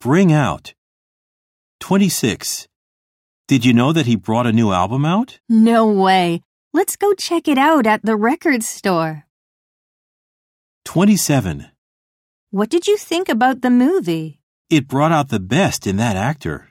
Bring out. 26. Did you know that he brought a new album out? No way. Let's go check it out at the record store. 27. What did you think about the movie? It brought out the best in that actor.